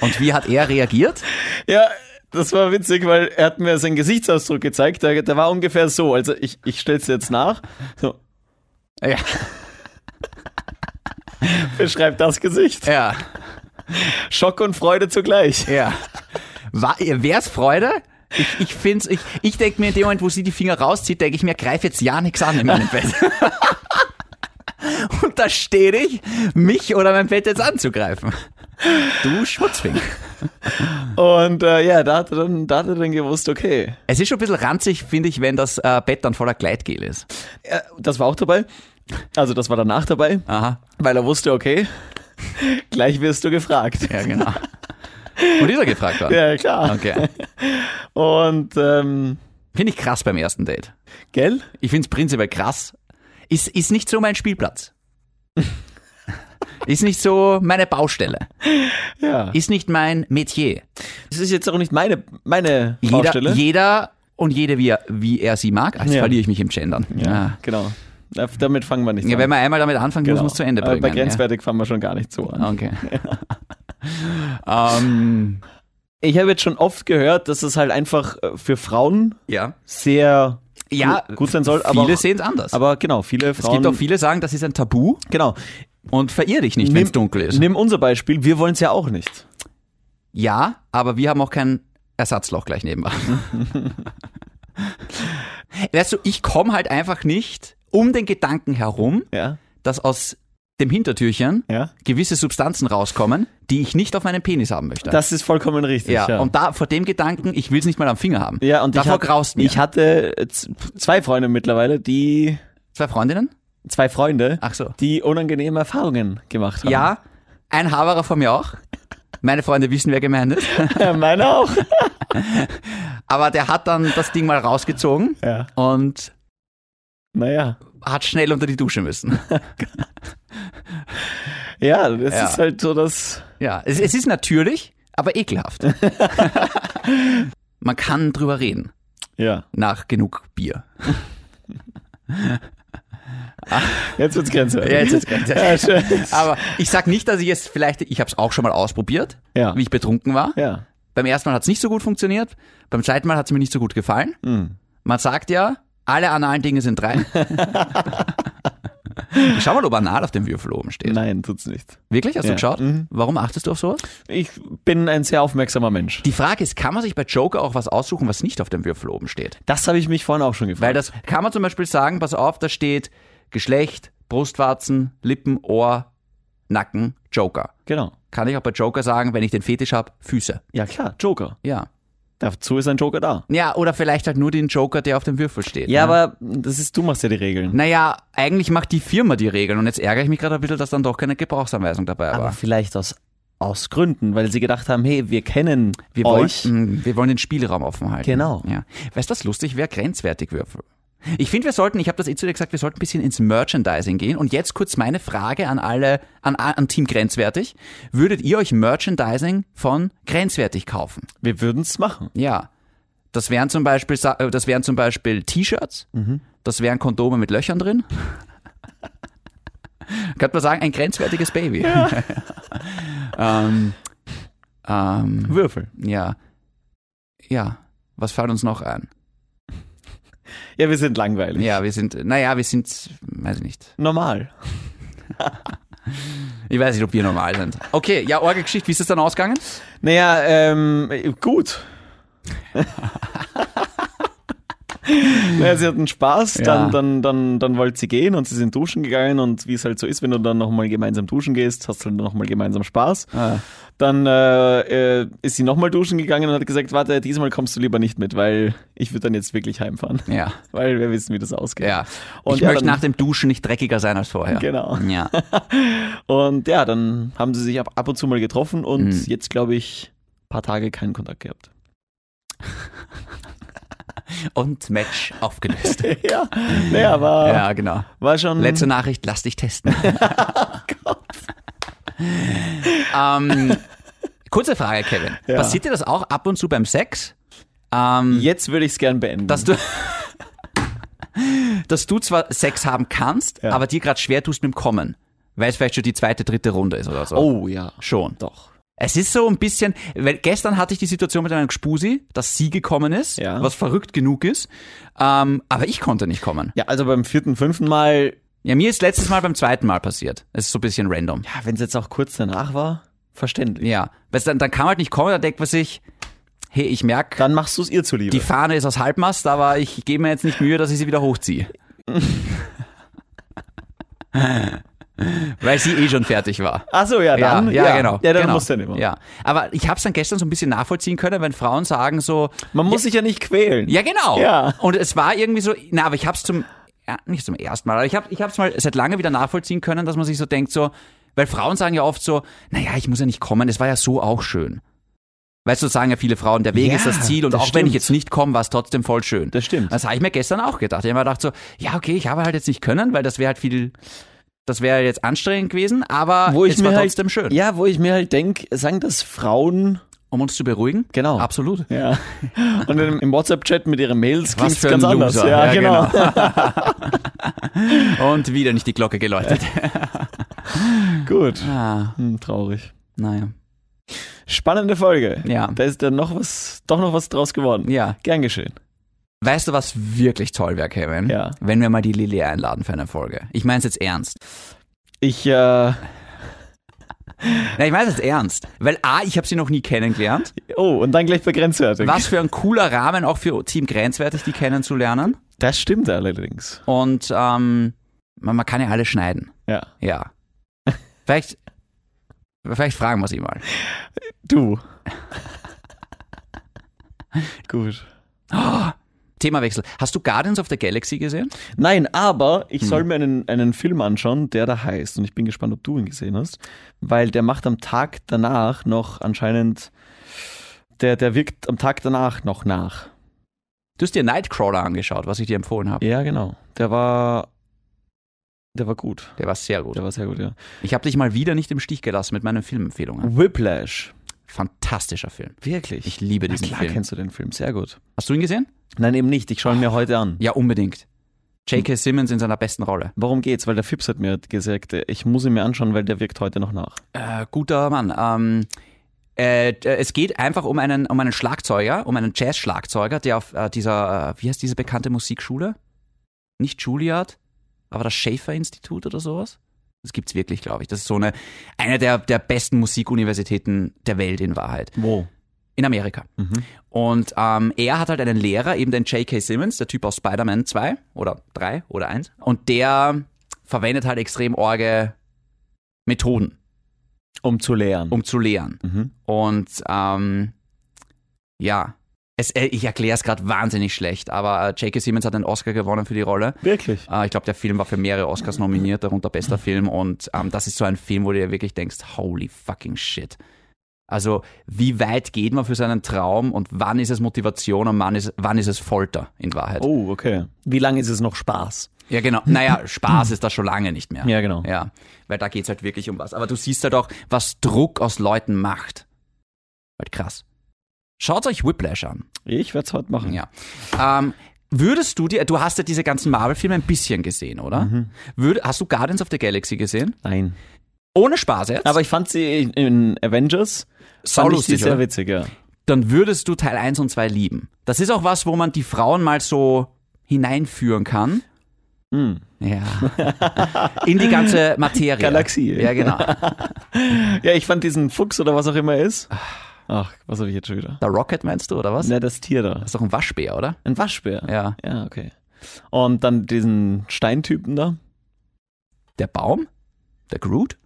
B: Und wie hat er reagiert?
A: Ja, das war witzig, weil er hat mir seinen Gesichtsausdruck gezeigt, der, der war ungefähr so, also ich, ich stell's jetzt nach, so,
B: Ja.
A: beschreib das Gesicht.
B: Ja.
A: Schock und Freude zugleich.
B: ja. Wär's Freude? Ich, ich find's, ich, ich denke mir in dem Moment, wo sie die Finger rauszieht, denke ich mir, greif jetzt ja nichts an in meinem <laughs> Bett. Und da stehe ich, mich oder mein Bett jetzt anzugreifen. Du Schmutzfink.
A: Und äh, ja, da hat, er dann, da hat er dann gewusst, okay.
B: Es ist schon ein bisschen ranzig, finde ich, wenn das äh, Bett dann voller Gleitgel ist.
A: Äh, das war auch dabei, also das war danach dabei,
B: Aha.
A: weil er wusste, okay, gleich wirst du gefragt.
B: Ja, genau. Und ist er gefragt worden?
A: Ja, klar.
B: Okay.
A: Und, ähm,
B: Finde ich krass beim ersten Date.
A: gell?
B: Ich finde es prinzipiell krass. Ist, ist nicht so mein Spielplatz. ist nicht so meine Baustelle.
A: Ja.
B: Ist nicht mein Metier.
A: Das ist jetzt auch nicht meine, meine
B: Jeder,
A: Baustelle.
B: jeder und jede, wie er, wie er sie mag. Jetzt
A: Ja.
B: verliere ich mich im Gendern. Ja.
A: Genau. Da- Damit fangen wir nicht
B: Ah. Ja,
A: an.
B: wenn man einmal damit anfangen
A: genau.
B: muss, muss man es zu Ende
A: Aber
B: bringen.
A: Bei grenzwertig fangen wir schon gar nicht so an.
B: ja. Okay. Ähm,
A: Ich habe jetzt schon oft gehört, dass es halt einfach äh, für Frauen
B: ja.
A: sehr
B: Ja,
A: gu- gut sein soll. Aber,
B: viele sehen es anders.
A: aber genau, viele
B: es
A: Frauen.
B: gibt auch viele, sagen, das ist ein Tabu
A: Genau.
B: und verirr dich nicht,
A: Nimm-
B: wenn es dunkel ist.
A: Nimm unser Beispiel. Wir wollen es ja auch nicht. <laughs>
B: Ja, aber wir haben auch kein Ersatzloch gleich nebenan. weißt du, ich komme halt einfach nicht um den Gedanken herum,
A: Ja,
B: dass aus dem Hintertürchen
A: ja.
B: gewisse Substanzen rauskommen, die ich nicht auf meinem Penis haben möchte.
A: Das ist vollkommen richtig.
B: ja,
A: Ja,
B: und da vor dem Gedanken, ich will es nicht mal am Finger haben.
A: ja, und
B: davor
A: ich,
B: graust mir.
A: ich hatte äh, z- zwei Freunde mittlerweile, die,
B: Zwei Freundinnen?
A: zwei Freunde,
B: Ach so.
A: die unangenehme Erfahrungen gemacht haben.
B: Ja, ein Haverer von mir auch. Meine Freunde wissen, wer gemeint ist.
A: Ja, <laughs> meine auch.
B: Aber der hat dann das Ding mal rausgezogen
A: Ja,
B: und
A: naja.
B: hat schnell unter die Dusche müssen.
A: Ja, das
B: Ja.
A: ist halt so das.
B: Ja, es, es ist natürlich,
A: <laughs>
B: aber ekelhaft. Man kann drüber reden,
A: Ja.
B: nach genug Bier.
A: Jetzt wird's grenzwertig.
B: Ja, jetzt wird's grenzwertig.
A: Ja, schön. <laughs>
B: Aber ich sag nicht, dass ich es vielleicht, ich habe es auch schon mal ausprobiert,
A: Ja.
B: wie ich betrunken war.
A: ja.
B: Beim ersten Mal hat es nicht so gut funktioniert, beim zweiten Mal hat es mir nicht so gut gefallen.
A: Hm.
B: Man sagt ja, alle analen Dinge
A: <laughs>
B: sind drei. Ich Schau mal, ob anal auf dem Würfel oben steht.
A: Nein, tut's nicht.
B: Wirklich? Hast
A: Ja.
B: du geschaut?
A: Mhm.
B: Warum achtest du auf sowas?
A: Ich bin ein sehr aufmerksamer Mensch.
B: Die Frage ist, kann man sich bei Joker auch was aussuchen, was nicht auf dem Würfel oben steht?
A: Das habe ich mich vorhin auch schon gefragt.
B: Weil das kann man zum Beispiel sagen, pass auf, da steht Geschlecht, Brustwarzen, Lippen, Ohr, Nacken, Joker.
A: genau.
B: Kann ich auch bei Joker sagen, wenn ich den Fetisch habe, Füße.
A: Ja, klar, Joker.
B: Ja.
A: Dazu ist ein Joker da.
B: Ja, oder vielleicht halt nur den Joker, der auf dem Würfel steht.
A: Ja,
B: ne?
A: aber das ist, du machst ja die Regeln.
B: Naja, eigentlich macht die Firma die Regeln und jetzt ärgere ich mich gerade ein bisschen, dass dann doch keine Gebrauchsanweisung dabei war.
A: Aber vielleicht aus, aus Gründen, weil sie gedacht haben, hey, wir kennen
B: Wir wollen,
A: euch.
B: Mm, wir wollen den Spielraum offen halten.
A: Genau.
B: Ja. Weißt du, was lustig wäre? Grenzwertig Würfel. Ich finde, wir sollten, ich habe das eh zu dir gesagt, wir sollten ein bisschen ins Merchandising gehen. Und jetzt kurz meine Frage an alle, an, an Team Grenzwertig. Würdet ihr euch Merchandising von Grenzwertig kaufen?
A: wir würden es machen.
B: Ja. Das wären zum Beispiel, Sa- äh, das wären zum Beispiel T-Shirts.
A: Mhm.
B: Das wären Kondome mit Löchern drin. Könnte man sagen, ein grenzwertiges Baby. <laughs> ähm, ähm,
A: Würfel.
B: ja. Ja. Was fällt uns noch ein?
A: Ja, wir sind langweilig.
B: Ja, wir sind, naja, wir sind, weiß ich nicht.
A: Normal.
B: Ich weiß nicht, ob wir normal sind. Okay, ja, Orgelgeschichte, wie ist das dann ausgegangen?
A: Naja, ähm, gut. naja, sie hatten Spaß,
B: Ja.
A: dann, dann, dann, dann wollte sie gehen und sie sind duschen gegangen und wie es halt so ist, wenn du dann nochmal gemeinsam duschen gehst, hast du dann nochmal gemeinsam Spaß. Dann äh, äh, ist sie nochmal duschen gegangen und hat gesagt, warte, diesmal kommst du lieber nicht mit, weil ich würde dann jetzt wirklich heimfahren, <laughs>
B: Ja,
A: weil wir wissen, wie das ausgeht.
B: ja.
A: Und
B: ich
A: ja,
B: möchte
A: dann-
B: nach dem Duschen nicht dreckiger sein als vorher.
A: Genau.
B: Ja.
A: Und ja, dann haben sie sich ab, ab und zu mal getroffen und
B: Hm.
A: jetzt, glaube ich, paar Tage keinen Kontakt gehabt.
B: Und Match aufgelöst.
A: <laughs> ja, Mhm. naja, war,
B: Ja, genau.
A: war schon...
B: Letzte Nachricht, lass
A: <laughs>
B: dich testen.
A: Oh
B: ähm, kurze Frage, Kevin.
A: Ja.
B: Passiert dir das auch ab und zu beim Sex? Ähm,
A: Jetzt würde ich es gern beenden.
B: dass du, dass du zwar Sex haben kannst,
A: Ja.
B: aber dir gerade schwer tust mit dem Kommen, weil es vielleicht schon die zweite, dritte Runde ist oder so.
A: oh ja,
B: Schon.
A: doch.
B: Es ist so ein bisschen, weil gestern hatte ich die Situation mit einem Gspusi, dass sie gekommen ist,
A: Ja.
B: was verrückt genug ist, ähm, aber ich konnte nicht kommen.
A: Ja, also beim vierten, fünften Mal,
B: Ja, mir ist letztes Mal beim zweiten Mal passiert. Es ist so ein bisschen random.
A: ja, wenn es jetzt auch kurz danach war, verständlich.
B: Ja, weißt du, dann, dann kann man halt nicht kommen, dann denkt man sich, hey, ich merke,
A: Dann machst du es ihr zuliebe.
B: die Fahne ist aus Halbmast, aber ich gebe mir jetzt nicht Mühe, dass ich sie wieder hochziehe. Weil sie eh schon fertig war.
A: Ach so, ja, dann.
B: ja, ja, genau.
A: Ja, dann
B: genau.
A: musst du ja nicht machen.
B: Ja, aber ich habe es dann gestern so ein bisschen nachvollziehen können, wenn Frauen sagen so,
A: Man muss sich ja nicht quälen.
B: ja genau.
A: Ja.
B: Und es war irgendwie so, na, aber ich habe es zum, ja, nicht zum ersten Mal, aber ich habe es mal seit lange wieder nachvollziehen können, dass man sich so denkt so, weil Frauen sagen ja oft so, naja, ich muss ja nicht kommen, es war ja so auch schön. Weißt du, sagen ja viele Frauen, der Weg
A: Ja,
B: ist das Ziel und
A: das
B: auch wenn ich
A: stimmt.
B: jetzt nicht komme, war es trotzdem voll schön.
A: Das stimmt.
B: Das habe ich mir gestern auch gedacht. Ich habe mir gedacht so, ja, okay, ich habe halt jetzt nicht können, weil das wäre halt viel, das wäre jetzt anstrengend gewesen, aber
A: Wo ich
B: es
A: mir
B: war
A: halt-
B: trotzdem schön.
A: Ja, wo ich mir halt denke, sagen das Frauen.
B: Um uns zu beruhigen?
A: Genau.
B: Absolut.
A: Ja. Und im, im WhatsApp-Chat mit ihren Mails klingt's
B: Was für ein
A: ganz anders.
B: Loser.
A: Ja,
B: Ja,
A: genau. <laughs>
B: Und wieder nicht die Glocke geläutet.
A: Gut.
B: ah,
A: Hm, traurig.
B: naja.
A: Spannende Folge.
B: Ja.
A: Da ist dann noch was, doch noch was draus geworden.
B: Ja.
A: Gern geschehen.
B: Weißt du, was wirklich toll wäre, Kevin?
A: Ja.
B: Wenn wir mal die Lilly einladen für eine Folge. Ich meine es jetzt ernst.
A: Ich, äh,
B: Nein, ich meine es jetzt ernst. Weil A, ich habe sie noch
A: <laughs>
B: nie kennengelernt.
A: oh, und dann gleich bei Grenzwertig.
B: Was für ein cooler Rahmen auch für Team Grenzwertig, die kennenzulernen.
A: Das stimmt allerdings.
B: Und ähm, man, man kann ja alles schneiden.
A: Ja. <laughs>
B: Ja. Vielleicht, vielleicht fragen wir sie mal.
A: Du. <laughs> Gut.
B: Themawechsel. Hast du Guardians of the Galaxy gesehen?
A: Nein, aber ich soll mir einen, einen Film anschauen, der da heißt, und ich bin gespannt, ob du ihn gesehen hast, weil der macht am Tag danach noch anscheinend, der, der wirkt am Tag danach noch nach.
B: Du hast dir Nightcrawler angeschaut, was ich dir empfohlen habe.
A: Ja, genau. Der war, der war gut.
B: Der war sehr gut.
A: Der war sehr gut, ja.
B: Ich habe dich mal wieder nicht im Stich gelassen mit meinen
A: Oh.
B: Filmempfehlungen.
A: Whiplash.
B: Fantastischer Film.
A: Wirklich?
B: Ich liebe
A: Na
B: diesen
A: klar
B: Film.
A: kennst du den Film, sehr gut.
B: Hast du ihn gesehen?
A: Nein, eben nicht, ich schaue ihn mir heute an.
B: Ja, unbedingt. J.K. Simmons in seiner besten Rolle.
A: Warum geht's? Weil der Fips hat mir gesagt, ich muss ihn mir anschauen, weil der wirkt heute noch nach.
B: Äh, guter Mann. Ähm, äh, d- äh, es geht einfach um einen, um einen Schlagzeuger, um einen Jazz-Schlagzeuger, der auf äh, dieser, äh, wie heißt diese bekannte Musikschule? Nicht Juilliard, aber das Schäfer-Institut oder sowas? Das gibt's wirklich, glaube ich. Das ist so eine, eine der, der besten Musikuniversitäten der Welt in Wahrheit.
A: Wo?
B: In Amerika.
A: Mhm.
B: Und ähm, er hat halt einen Lehrer, eben den J.K. Simmons, der Typ aus Spider-Man 2 oder 3 oder 1. Und der verwendet halt extrem orge Methoden,
A: Um zu lehren.
B: um zu lehren.
A: Mhm.
B: Und ähm, ja, es, äh, ich erkläre es gerade wahnsinnig schlecht, aber äh, J.K. Simmons hat einen Oscar gewonnen für die Rolle.
A: Wirklich?
B: Äh, ich glaube, der Film war für mehrere Oscars nominiert, darunter bester Film. Und ähm, das ist so ein Film, wo du dir wirklich denkst, holy fucking shit. Also, wie weit geht man für seinen Traum und wann ist es Motivation und wann ist, wann ist es Folter in Wahrheit?
A: Oh, okay. Wie lange ist es noch Spaß?
B: Ja, genau. Naja, Spaß ist da schon lange nicht mehr.
A: Ja, genau.
B: Ja, weil da geht es halt wirklich um was. Aber du siehst halt auch, was Druck aus Leuten macht. Halt krass. Schaut euch Whiplash an.
A: Ich werde es heute machen.
B: Hm. Ja. Ähm, würdest du dir, du hast ja diese ganzen Marvel-Filme ein bisschen gesehen, oder?
A: Mhm.
B: Würd, hast du Guardians of the Galaxy gesehen?
A: Nein.
B: Ohne Spaß jetzt.
A: Aber ich fand sie in, in Avengers
B: Sau
A: fand ich
B: lustig,
A: sie sehr
B: oder?
A: witzig, ja.
B: dann würdest du Teil 1 und 2 lieben. Das ist auch was, wo man die Frauen mal so hineinführen kann.
A: Hm.
B: Ja. In
A: <laughs>
B: die ganze Materie.
A: Galaxie.
B: Ja, genau.
A: <laughs> Ja, ich fand diesen Fuchs oder was auch immer er ist. Ach, was habe ich jetzt schon wieder?
B: Der Rocket meinst du, oder was?
A: Na, das Tier da.
B: Das ist doch ein Waschbär, oder?
A: Ein Waschbär.
B: Ja.
A: Ja, okay. Und dann diesen Steintypen da.
B: Der Baum? Der Groot?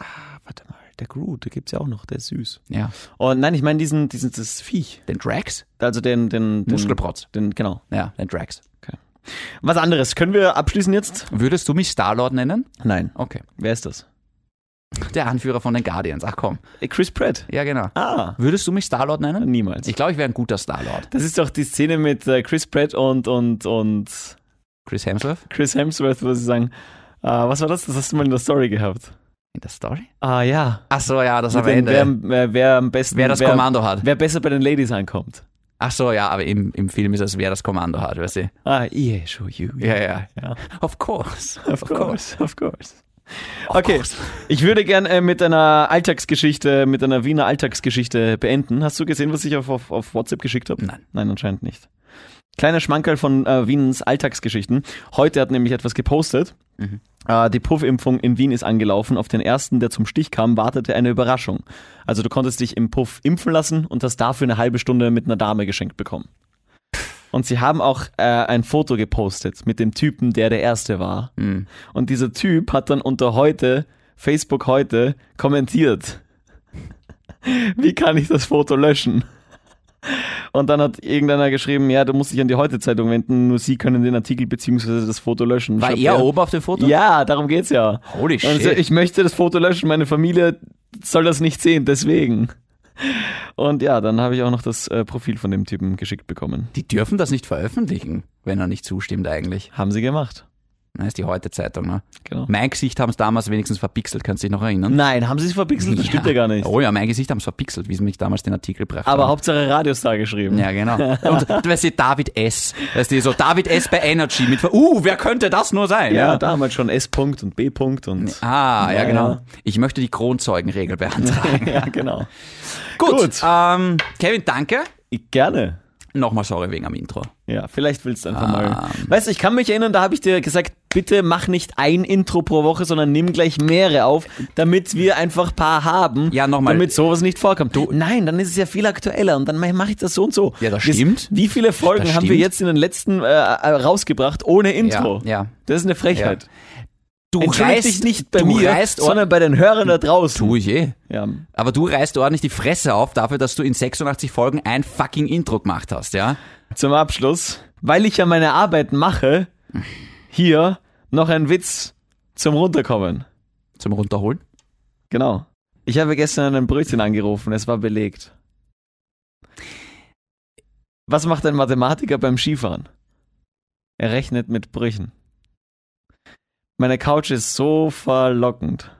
A: Ah, warte mal, der Groot, der gibt's ja auch noch, der ist süß.
B: Ja.
A: Und Oh, nein, ich meine diesen, diesen, das Viech.
B: Den Drax?
A: Also den, den, den
B: Muskelprotz.
A: Den, genau.
B: Ja, den Drax.
A: Was anderes. Können wir abschließen jetzt?
B: Würdest du mich Star-Lord nennen?
A: Nein.
B: Okay.
A: Wer ist das?
B: Der Anführer von den Guardians. Ach komm.
A: Äh, Chris Pratt.
B: Ja, genau.
A: Ah,
B: Würdest du mich Star-Lord nennen?
A: niemals.
B: Ich glaube, ich wäre ein guter Star-Lord.
A: das ist doch die Szene mit äh, Chris Pratt und, und, und
B: Chris Hemsworth?
A: Chris Hemsworth, wo sie sagen, äh, was war das? Das hast du mal in der Story gehabt.
B: In der Story?
A: Ah ja.
B: Ach so, ja, das
A: Mit
B: am
A: dem,
B: Ende.
A: wer,
B: Wer,
A: am- wer, wer am besten
B: das
A: wer,
B: Kommando hat.
A: wer besser bei den Ladies ankommt.
B: Ach so, ja, aber im, im Film ist es, wer das Kommando hat, weißt du?
A: Ah, yeah, sure you.
B: Ja, ja.
A: Ja.
B: Of course.
A: Of course, of course. Okay, ich würde gerne äh, mit einer Alltagsgeschichte, mit einer Wiener Alltagsgeschichte beenden. Hast du gesehen, was ich auf, auf, auf WhatsApp geschickt habe?
B: Nein.
A: Nein, anscheinend nicht. Kleiner Schmankerl von äh, Wiens Alltagsgeschichten. Heute hat nämlich etwas gepostet.
B: Mhm.
A: Äh, die Puffimpfung in Wien ist angelaufen. Auf den ersten, der zum Stich kam, wartete eine Überraschung. Also du konntest dich im Puff impfen lassen und hast dafür eine halbe Stunde mit einer Dame geschenkt bekommen. Und sie haben auch äh, ein Foto gepostet mit dem Typen, der der Erste war.
B: Hm.
A: Und dieser Typ hat dann unter heute, Facebook heute, kommentiert. <laughs> Wie kann ich das Foto löschen? Und dann hat irgendeiner geschrieben, ja, du musst dich an die Heute-Zeitung wenden, nur sie können den Artikel bzw. das Foto löschen.
B: War
A: Schreibt
B: er oben auf dem Foto?
A: Ja, darum geht's ja.
B: Holy shit.
A: Und so, ich möchte das Foto löschen, meine Familie soll das nicht sehen, deswegen. Und ja, dann habe ich auch noch das äh, Profil von dem Typen geschickt bekommen.
B: Die dürfen das nicht veröffentlichen, wenn er nicht zustimmt eigentlich.
A: Haben sie gemacht.
B: Das ist die Heute-Zeitung, ne?
A: Genau.
B: Mein Gesicht haben es damals wenigstens verpixelt, kannst du dich noch erinnern?
A: Nein, haben sie es verpixelt? Das stimmt ja gar nicht.
B: Oh ja, mein Gesicht haben es verpixelt, wie sie mich damals den Artikel brachten.
A: Aber Hauptsache Radiostar geschrieben.
B: ja, genau. Und weißt du, David S. Weißt du, so David S. bei Energy mit, Ver- uh, wer könnte das nur sein?
A: Ja, damals schon S-Punkt und B-Punkt und.
B: Ah, ja,
A: Ja,
B: genau.
A: ja.
B: Ich möchte die Kronzeugenregel beantragen.
A: Ja, genau.
B: Gut,
A: <laughs> Gut.
B: Ähm, Kevin, danke.
A: Ich, gerne.
B: Nochmal sorry wegen am Intro. Ah.
A: Ja, vielleicht willst du einfach mal. Weißt du, ich kann mich erinnern, da habe ich dir gesagt, bitte mach nicht ein Intro pro Woche, sondern nimm gleich mehrere auf, damit wir einfach paar haben.
B: Ja, nochmal.
A: Damit sowas nicht vorkommt. Nein, dann ist es ja viel aktueller und dann mache ich das so und so.
B: Ja, das stimmt.
A: Wie viele Folgen
B: Das
A: haben wir
B: stimmt.
A: jetzt in den letzten äh, rausgebracht ohne Intro?
B: Ja, ja.
A: Das ist eine Frechheit.
B: Du
A: Entschuldigt dich nicht bei mir,
B: reißt or-
A: sondern bei den Hörern da draußen.
B: Tu ich eh.
A: Ja.
B: Aber du reißt ordentlich die Fresse auf dafür, dass du in 86 Folgen ein fucking Intro gemacht hast, ja?
A: Zum Abschluss, weil ich ja meine Arbeit mache, hier noch ein Witz zum Runterkommen.
B: Zum Runterholen.
A: Genau. Ich habe gestern einen Brötchen angerufen, es war belegt. Was macht ein Mathematiker beim Skifahren? Er rechnet mit Brüchen. Meine Couch ist so verlockend.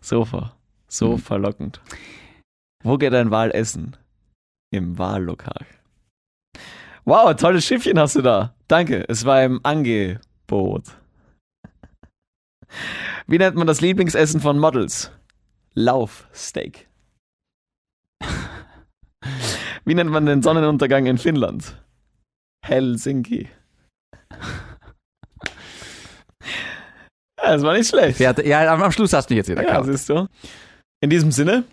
A: Sofa, so verlockend. Wo geht ein Wal essen? Im Wahllokal. Wow, tolles Schiffchen hast du da. Danke, es war im Angebot. Wie nennt man das Lieblingsessen von Models? Laufsteak. Wie nennt man den Sonnenuntergang in Finnland? Helsinki. Ja, das war nicht schlecht.
B: Ja, d- ja, am am Schluss hast du mich jetzt wieder
A: ja also-
B: gehabt.
A: siehst du. In diesem Sinne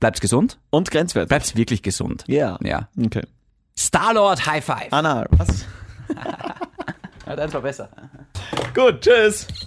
B: Bleibst gesund.
A: und grenzwertig.
B: Bleibst wirklich gesund.
A: Ja.
B: Ja.
A: Okay.
B: Starlord
A: Ah.
B: High Five.
A: Anna, was?
B: Ja, deins war besser.
A: Gut, tschüss.